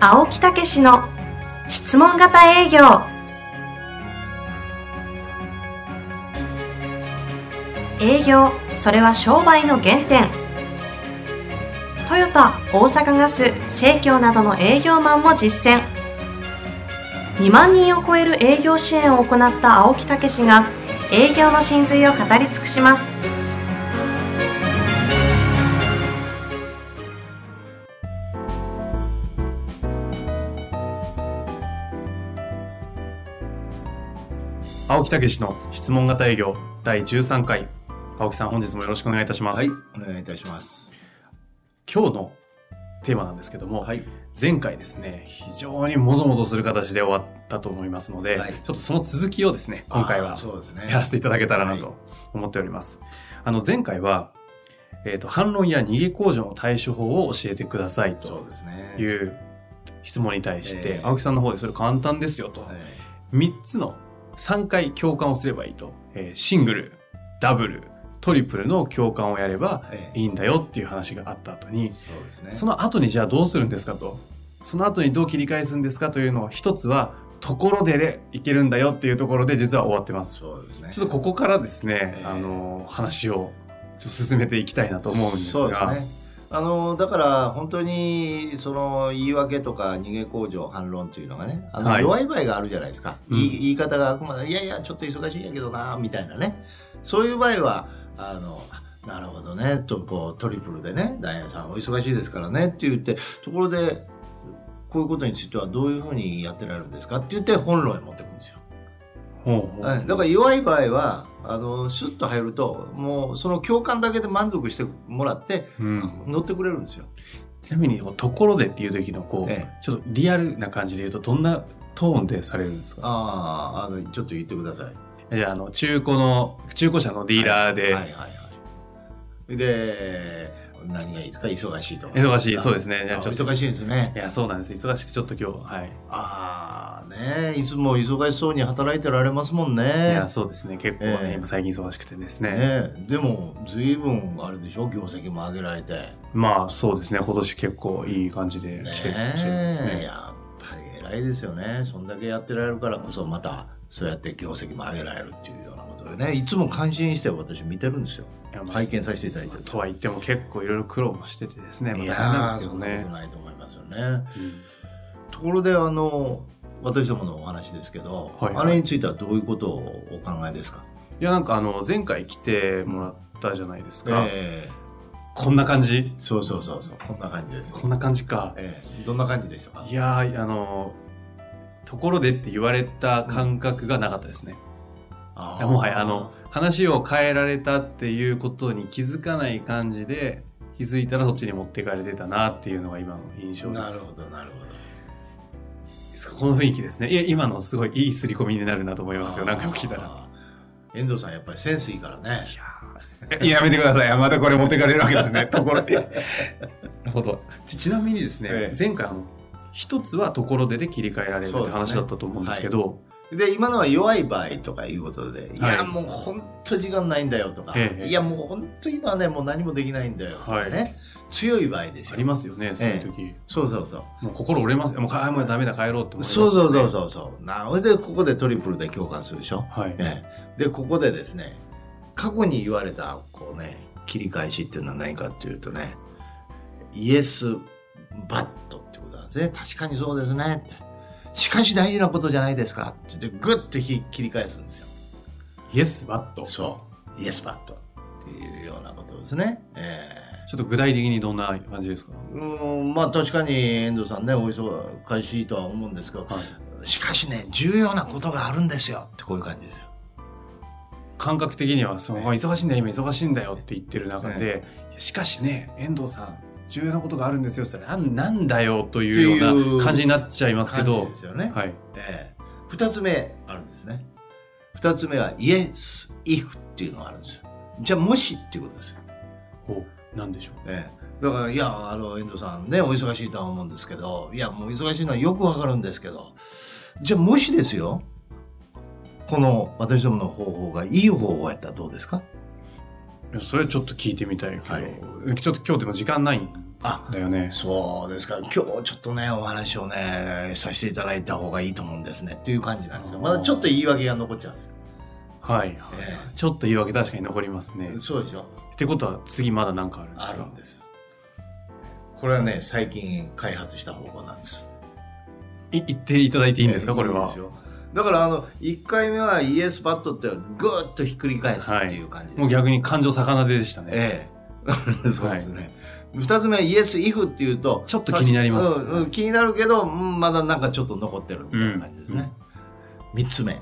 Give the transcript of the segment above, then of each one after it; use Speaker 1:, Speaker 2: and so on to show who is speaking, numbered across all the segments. Speaker 1: 青木武しの質問型営業営業それは商売の原点トヨタ大阪ガス生協などの営業マンも実践2万人を超える営業支援を行った青木武氏が営業の真髄を語り尽くします
Speaker 2: 青木武の質問型営業第13回青木さん本日もよろしくお願いいたします、
Speaker 3: はい、お願いいたします。
Speaker 2: 今日のテーマなんですけども、
Speaker 3: はい、
Speaker 2: 前回ですね非常にもぞもぞする形で終わったと思いますので、
Speaker 3: はい
Speaker 2: ちょっとその続きをですね今回
Speaker 3: あー
Speaker 2: は
Speaker 3: そうですね。
Speaker 2: やらせていただけたらな
Speaker 3: は
Speaker 2: と思っております、あの前回は、えー、と反論や逃げ工場の対処法を教えてください
Speaker 3: そう
Speaker 2: と
Speaker 3: ですね。
Speaker 2: い。う質問に対して、
Speaker 3: えー
Speaker 2: 青木さんの方でそれ簡単ですよと、
Speaker 3: はい、
Speaker 2: 3つの3回共感をすればいいと、えーシングルダブルトリプルの共感をやれば
Speaker 3: ええ
Speaker 2: いいんだよっていう話があった後に
Speaker 3: そうですね。
Speaker 2: その後にじゃあどうするんですかとその後にどう切り返すんですかというのを一つはところででいけるんだよっていうところで実は終わってます
Speaker 3: そうですね。
Speaker 2: ちょっとここからですね、
Speaker 3: ええ
Speaker 2: あの話をちょっと進めていきたいなと思うんです
Speaker 3: そうです
Speaker 2: が
Speaker 3: ね。あのだから本当にその言い訳とか逃げ工場反論というのがねあの
Speaker 2: はい
Speaker 3: 弱い場合があるじゃないですか、
Speaker 2: うん
Speaker 3: い言い方があくまでいやいやちょっと忙しいんやけどなみたいなねそういう場合はあのあなるほどねとこうトリプルでねダイアンさんお忙しいですからねって言ってところでこういうことについてはどういうふうにやってられるんですかって言って本論へ持ってくんですよ。
Speaker 2: ほうほう
Speaker 3: はい、だから弱い場合はあのシュッと入るともうその共感だけで満足してもらって
Speaker 2: うん
Speaker 3: 乗ってくれるんですよ。
Speaker 2: ちなみにこうところでっていう時のこう、
Speaker 3: え
Speaker 2: ちょっとリアルな感じで言うとどんなトーンでされるんですか
Speaker 3: ああ、あの、ちょっと言ってください。
Speaker 2: じゃあ、あの、中古の、中古車のディーラーで、
Speaker 3: はいはいはい。で、何がいいですか忙しいとか。
Speaker 2: 忙しい、そうですね。じゃ
Speaker 3: あ
Speaker 2: あ、
Speaker 3: お
Speaker 2: ちょっと、い
Speaker 3: 忙しいんですね。
Speaker 2: や、そうなんです。忙しくて、ちょっと今日、はい。
Speaker 3: ああ、ねいつも忙しそうに働いてられますもん
Speaker 2: い
Speaker 3: ね
Speaker 2: や、。そうですね。結構
Speaker 3: え
Speaker 2: ね、
Speaker 3: え
Speaker 2: 今最近忙しくてですね。
Speaker 3: ねでも、随分あれでしょ業績も上げられて。
Speaker 2: まあ、そうですね。今年結構いい感じで
Speaker 3: ね
Speaker 2: 来てるかもしれないですね。
Speaker 3: やっぱり偉いですよね。そんだけやってられるからこそ、また、そうやって業績も上げられるっていうようなことでね、いつも感心して私見てるんですよ。
Speaker 2: いやまあ
Speaker 3: 拝見させていただいてる
Speaker 2: とは言っても結構いろいろ苦労もしててですね。まあ、
Speaker 3: い
Speaker 2: 大
Speaker 3: や
Speaker 2: 変なんで
Speaker 3: ー
Speaker 2: すけ
Speaker 3: そ
Speaker 2: ど
Speaker 3: んなこと
Speaker 2: ね。
Speaker 3: ないと思いますよね。ところであの私どものお話ですけど、
Speaker 2: はい
Speaker 3: あれについてはどういうことをお考えですか、
Speaker 2: うんいや、なんかあの、前回来てもらったじゃないですか。
Speaker 3: ええ
Speaker 2: こんな感じ
Speaker 3: そうそうそうそうこんな感じです、
Speaker 2: こんな感じか。
Speaker 3: ええどんな感じでしたか
Speaker 2: いやー、あの、ところでって言われた感覚がなかったですね。
Speaker 3: あ
Speaker 2: いや
Speaker 3: ー
Speaker 2: もはやあの話を変えられたっていうことに気づかない感じで気づいたらそっちに持ってかれてたなっていうのが今の印象で
Speaker 3: なる
Speaker 2: す
Speaker 3: ほどなるほど
Speaker 2: この雰囲気ですねいや今のすごいいい刷り込みになるなと思いますよ何回も聞いたら
Speaker 3: あー遠藤さんやっぱりセンスいいからね
Speaker 2: いやーいややめてくださいまたこれ持ってかれるわけです ねところでなるほどちちなみにですね、
Speaker 3: ええ
Speaker 2: 前回あの一つはところでで切り替えられるって
Speaker 3: そうですね
Speaker 2: 話だったと思うんですけど
Speaker 3: で今のは弱い場合とかいうことで、い、
Speaker 2: は
Speaker 3: や
Speaker 2: い
Speaker 3: もう本当時間ないんだよとか、
Speaker 2: ええ
Speaker 3: いやもう本当今はねもう何もできないんだよとかね、
Speaker 2: は
Speaker 3: 強い場合ですよ
Speaker 2: ありますよねそういう時、
Speaker 3: そうそうそう
Speaker 2: もう心折れますよもうかあもうダメだ帰ろうって思います
Speaker 3: そうそうそう
Speaker 2: う
Speaker 3: そうそう。なそれでここでトリプルで共感するでしょ。
Speaker 2: はい、
Speaker 3: ええでここでですね過去に言われたこうね切り返しっていうのは何かっていうとねイエスバットってことなんですね確かにそうですねってしかし大事なことじゃないですかって言ってグッとひ切り返すんですよ
Speaker 2: イエスバット
Speaker 3: そうイエスバットっていうようなことですねええ
Speaker 2: ちょっと具体的にどんな感じですか、
Speaker 3: うんまあ確かに遠藤さんねお忙しいとは思うんですけど、しかしね重要なことがあるんですよってこういう感じですよ。
Speaker 2: 感覚的にはそのあ忙しいんだよ今忙しいんだよって言ってる中で、しかしね遠藤さん重要なことがあるんですよって言ったらなんなんだよというよ
Speaker 3: っていうう
Speaker 2: な感じになっちゃいますけ
Speaker 3: 感じ
Speaker 2: ど
Speaker 3: ですよね。
Speaker 2: はい
Speaker 3: ええ二つ目あるんですね。二つ目はイエス・イフっていうのがあるんですよ。じゃあもしっていうことですよ。
Speaker 2: ほうなんでしょ
Speaker 3: ええだからいやあの遠藤さんねお忙しいとは思うんですけどいやもう忙しいのはよくわかるんですけどじゃあもしですよこの私どもの方法がいい方法やったらどうですか
Speaker 2: ういやそれちょっと聞いてみたいけど、
Speaker 3: は
Speaker 2: ちょっと今日でも時間ないんあだよね
Speaker 3: そうですか今日ちょっとねお話をねさせていただいた方がいいと思うんですねっていう感じなんですよまだちょっと言い訳が残っちゃうんですよ、
Speaker 2: はい
Speaker 3: え
Speaker 2: ちょっと言い訳確かに残りますね
Speaker 3: えそうでしょ
Speaker 2: ってことは次まだ何かあるんですか
Speaker 3: あるんですこれはね最近開発した方法なんです
Speaker 2: い言っていただいていいんですか、
Speaker 3: ええ
Speaker 2: これはい
Speaker 3: いですよだからあの1回目はイエスバットってグーッとひっくり返すっていう感じです、
Speaker 2: もう逆に感情魚ででしたね、
Speaker 3: え えそうですね、2つ目はイエス・イフっていうと
Speaker 2: ちょっと気になります
Speaker 3: うんうん気になるけど、うんまだなんかちょっと残ってるみたいな感じですね、3つ目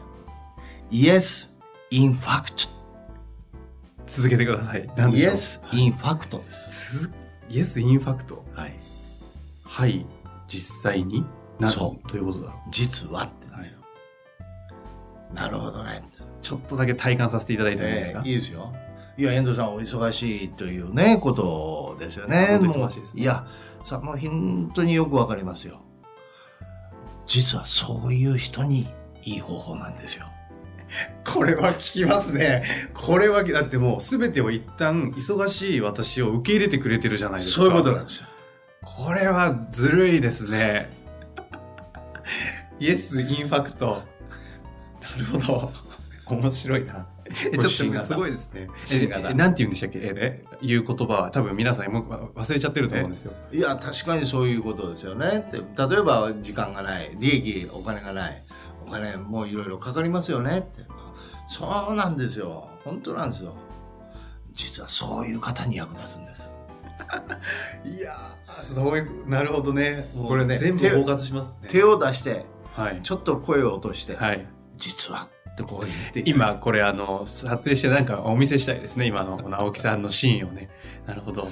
Speaker 3: イエス・インファク
Speaker 2: 続けてください
Speaker 3: ト
Speaker 2: 何で
Speaker 3: イ
Speaker 2: し
Speaker 3: エ
Speaker 2: ょう
Speaker 3: ス・インファクトです
Speaker 2: すイエスインファクト
Speaker 3: はい
Speaker 2: はい実際にな
Speaker 3: そ
Speaker 2: ということだ
Speaker 3: 実はって言うんですよ、なるほどねって
Speaker 2: ちょっとだけ体感させていただいてもいいですか、
Speaker 3: ええいいですよ。いや、遠藤さんお忙しいというね、ことですよね。
Speaker 2: 本当忙しいですね
Speaker 3: もうや、さ、もう本当によくわかりますよ。実はそういう人にいい方法なんですよ。
Speaker 2: これは聞きますね これはだってもう全てを一旦忙しい私を受け入れてくれてるじゃないですか
Speaker 3: そういうことなんですよ。
Speaker 2: これはずるいですね イエスインファクトなるほど面白いなえちょっと
Speaker 3: 新型
Speaker 2: すごいですね
Speaker 3: 新型
Speaker 2: ええなんて言うんでしたっけえいう言葉は多分皆さんもう忘れちゃってると思うんですよ
Speaker 3: いや、確かにそういうことですよね。って例えば、時間がない、利益、お金がない、お金もういろいろかかりますよねって。そうなんですよ。本当なんですよ。実はそういう方に役立つんです。
Speaker 2: いやーそういうなるほどねこれね
Speaker 3: 全部包
Speaker 2: 括しますね
Speaker 3: 手を出して、
Speaker 2: はい、
Speaker 3: ちょっと声を落として、
Speaker 2: はい、
Speaker 3: 実はってこう言って
Speaker 2: 今これあの撮影してなんかお見せしたいですね今のこの青木さんのシーンをねなるほど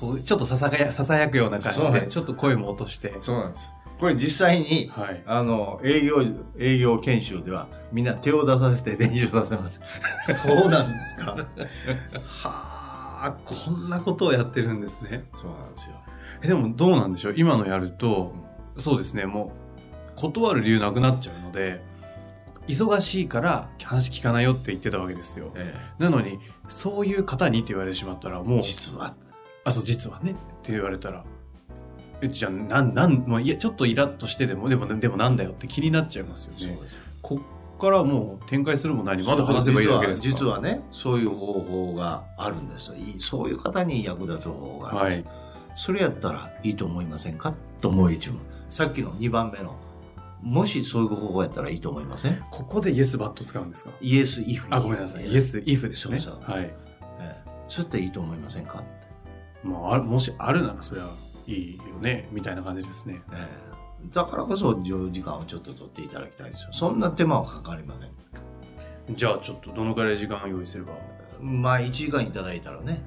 Speaker 2: こうちょっとささやささやくような
Speaker 3: そう
Speaker 2: 感
Speaker 3: な
Speaker 2: じで
Speaker 3: んです
Speaker 2: ちょっと声も落として
Speaker 3: そうなんですこれ実際に
Speaker 2: はい
Speaker 3: あの営業営業研修ではみんな手を出させて練習させます
Speaker 2: そうなんです かはあこんなことをやってるんですね
Speaker 3: そうなんですよ
Speaker 2: えでもどうなんでしょう今のやるとそうですねもう断る理由なくなっちゃうので忙しいから話聞かないよって言ってたわけですよ
Speaker 3: え
Speaker 2: なのにそういう方にって言われてしまったらも
Speaker 3: え
Speaker 2: う
Speaker 3: 実は
Speaker 2: あそう実はねって言われたらえじゃあなんなん、まあ、いやちょっとイラッとしてでもでもでもなんだよって気になっちゃいますよね
Speaker 3: す
Speaker 2: こっからもう展開するも何もまだ話せばいいだけですか
Speaker 3: 実は実はねそういう方法があるんですいいそういう方に役立つ方法があるんです、それやったらいいと思いませんかと思う一文さっきの2番目のもしそういう方法やったらいいと思いません
Speaker 2: ここでイエスバット使うんですか
Speaker 3: イエス・イフ
Speaker 2: あごめんなさいイエスイフですね
Speaker 3: そうそう
Speaker 2: はい
Speaker 3: ええそうやっていいと思いませんかって、
Speaker 2: まああるもしあるならそりゃいいよねみたいな感じですね
Speaker 3: ええだからこそ上時間をちょっと取っていただきたいですよそんな手間はかかりません
Speaker 2: じゃあちょっとどのくらい時間用意すれば
Speaker 3: まあ1時間いただいたらね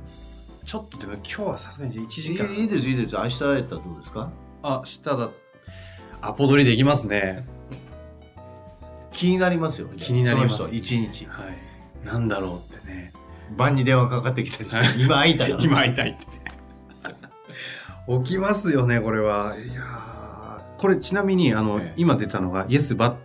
Speaker 2: ちょっとでも今日はさすがに1
Speaker 3: い
Speaker 2: 時間
Speaker 3: いいいですいいです明日やったらどうですか
Speaker 2: あ下だアポ取りできますね
Speaker 3: 気になりますよ
Speaker 2: 気になります
Speaker 3: その人1日
Speaker 2: はいなんだろうってね
Speaker 3: 晩に電話かかってきたりして今会いたい
Speaker 2: 今会いたいって 起きますよねこれはいやーこれちなみにあの、
Speaker 3: ええ
Speaker 2: 今出たのが「Yes But」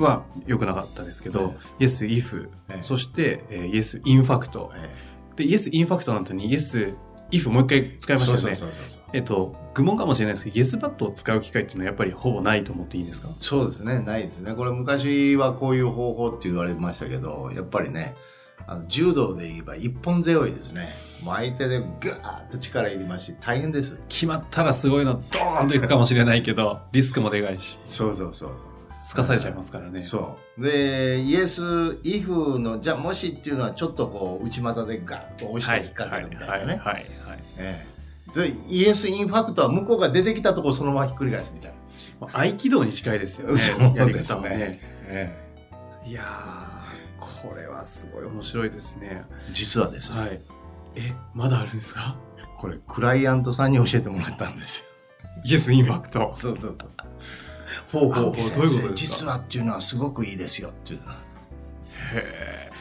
Speaker 2: は良くなかったですけど「Yes If」
Speaker 3: ええ
Speaker 2: そして「えー Yes In Fact
Speaker 3: え」
Speaker 2: で「Yes In Fact」の後に「Yes If」もう一回使
Speaker 3: え
Speaker 2: いましたよね
Speaker 3: そうそうそうそう
Speaker 2: えっと愚問かもしれないですけど「Yes But」を使う機会っていうのはやっぱりほぼないと思っていいんですか
Speaker 3: そうですねないですねこれ昔はこういう方法って言われましたけどやっぱりねあの柔道で言えば一本背負いですねもう相手でガーッと力入りますし大変です
Speaker 2: 決まったらすごいのドーンといくかもしれないけどリスクもでかいし
Speaker 3: そうそうそうそう
Speaker 2: すかされちゃいますからね
Speaker 3: そうでイエス・イフのじゃあもしっていうのはちょっとこう内股でガッと押して引っかかるみたいなね、
Speaker 2: はいはいはいはい
Speaker 3: ええそれイエス・インファクトは向こうが出てきたとこそのままひっくり返すみたいな、
Speaker 2: まあ合気道に近いですよね。
Speaker 3: そうですね
Speaker 2: やり方はね。
Speaker 3: え
Speaker 2: いやー、これはすごい面白いですね。
Speaker 3: え実はですね、
Speaker 2: はい。え、まだあるんですか
Speaker 3: これクライアントさんに教えてもらったんですよ
Speaker 2: イエスインパクト。
Speaker 3: そうそうそうほうほうほう
Speaker 2: 青木先生
Speaker 3: どういうことですか
Speaker 2: 実
Speaker 3: 実はっていうのはすごくいいですよっていう
Speaker 2: へー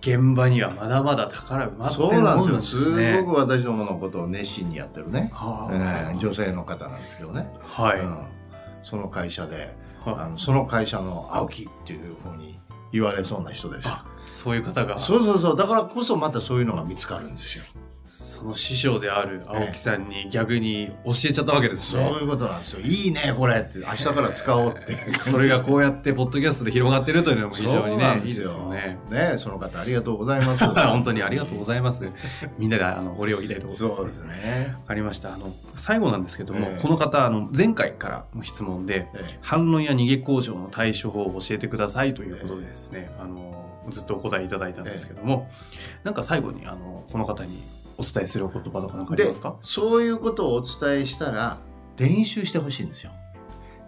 Speaker 2: 現場にはまだまだ宝埋まってる
Speaker 3: そ
Speaker 2: も
Speaker 3: うん
Speaker 2: な
Speaker 3: なんん
Speaker 2: で
Speaker 3: ですす
Speaker 2: ね。
Speaker 3: よすごく私どものことを熱心にやってるね、え
Speaker 2: は
Speaker 3: え女性の方なんですけどね、
Speaker 2: あはい。
Speaker 3: うん、その会社であ
Speaker 2: は
Speaker 3: のその会社の青木っていうふうに言われそうな人ですよ
Speaker 2: あそういう方が。
Speaker 3: そうそうそうだからこそまたそういうのが見つかるんですよ
Speaker 2: その師匠である青木さんに逆に教えちゃったわけです
Speaker 3: そう
Speaker 2: ね。
Speaker 3: いうことなんですよ。いいね、これって、明日から使おうっていう感 じ。
Speaker 2: それがこうやってポッドキャストで広がってるというのも非常に
Speaker 3: そう
Speaker 2: ね
Speaker 3: な
Speaker 2: い
Speaker 3: ん
Speaker 2: い
Speaker 3: で
Speaker 2: ですす
Speaker 3: よ
Speaker 2: よね。。
Speaker 3: ね、その方ありがとうございます
Speaker 2: 本当にありがとうございます。みんなであのお礼を言いたいと思います。
Speaker 3: そうですね。
Speaker 2: わかりました。あの最後なんですけども、
Speaker 3: ええ
Speaker 2: この方あの前回からの質問で
Speaker 3: ええ
Speaker 2: 反論や逃げ工場の対処法を教えてくださいということでですね、あのずっとお答えいただいたんですけども、なんか最後にあのこの方にお伝えするお言葉とかなんかあり
Speaker 3: で
Speaker 2: ますか？
Speaker 3: そういうことをお伝えしたら練習してほしいんですよ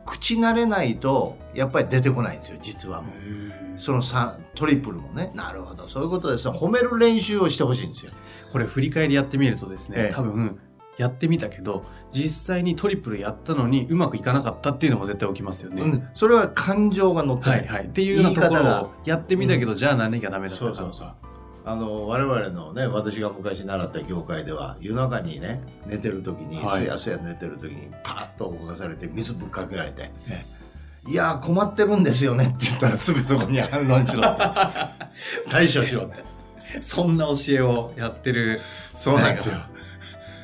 Speaker 3: 口慣れないとやっぱり出てこないんですよ実はもうそのさトリプルもねなるほどそういうことです褒める練習をしてほしいんですよ
Speaker 2: これ振り返りやってみるとですね、
Speaker 3: ええ
Speaker 2: 多分やってみたけど実際にトリプルやったのにうまくいかなかったっていうのも絶対起きますよね。
Speaker 3: うん、それは感情が乗ってな、
Speaker 2: はいいはい、っていうようなとこ
Speaker 3: 言い
Speaker 2: ろ
Speaker 3: 方が
Speaker 2: をやってみたけど、じゃあ何がダメだった
Speaker 3: そ
Speaker 2: か
Speaker 3: うそうそうあの我々のね私が昔習った業界では夜中にね寝てる時に、
Speaker 2: はい
Speaker 3: すやすや寝てる時にパーッと動かされて水ぶっかけられて「いやー困ってるんですよね」って言ったらすぐそこに反論しろ って対処しろって
Speaker 2: そんな教えをやってる
Speaker 3: そうなんですよ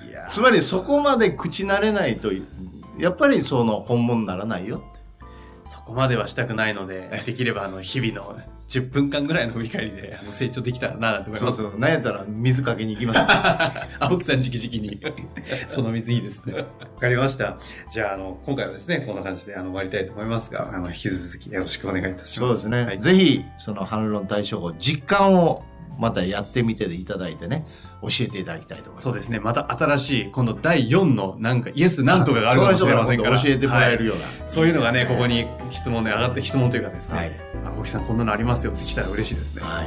Speaker 2: いや
Speaker 3: つまりそこまで口慣れないとやっぱりその本物にならないよって
Speaker 2: そこまではしたくないのでできればあの日々の10分間ぐらいの振り返りであの成長できたらなと思い
Speaker 3: そ
Speaker 2: ま
Speaker 3: う
Speaker 2: す
Speaker 3: そうなんやったら水かけに行きましょう
Speaker 2: 青木さん直々 にその水いいですねわかりましたじゃああの今回はですねこんな感じであの終わりたいと思いますがあの引き続きよろしくお願いいたします
Speaker 3: そうですね、
Speaker 2: はい
Speaker 3: ぜひその反論対処法実感をまたやってみていただいてね教えていただきたいと思います
Speaker 2: そうですねまた新しい今度第4のなんかイエスなんとかがあるかもしれませんから
Speaker 3: その人が今度教えてもらえる
Speaker 2: はい
Speaker 3: ような、
Speaker 2: そういうのがねここに質問で上がって質問というかですね、
Speaker 3: はい
Speaker 2: あ青木さんこんなのありますよって来たら嬉しいですね
Speaker 3: は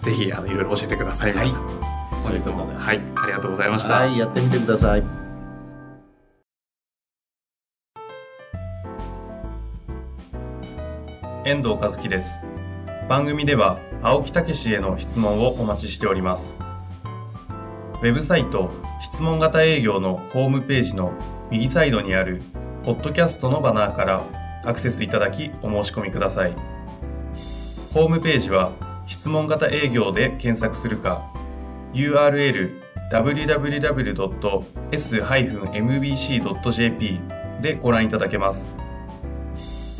Speaker 2: ぜひあのいろいろ教えてください。
Speaker 3: はい
Speaker 2: 皆さん
Speaker 3: い
Speaker 2: 本日も
Speaker 3: で
Speaker 2: はい、ありがとうございました。
Speaker 3: はいやってみてください
Speaker 2: 遠藤和樹です番組では青木武氏への質問をお待ちしておりますウェブサイト質問型営業のホームページの右サイドにあるポッドキャストのバナーからアクセスいただきお申し込みくださいホームページは質問型営業で検索するか URL www.s-mbc.jp でご覧いただけます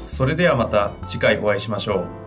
Speaker 2: それではまた次回お会いしましょう。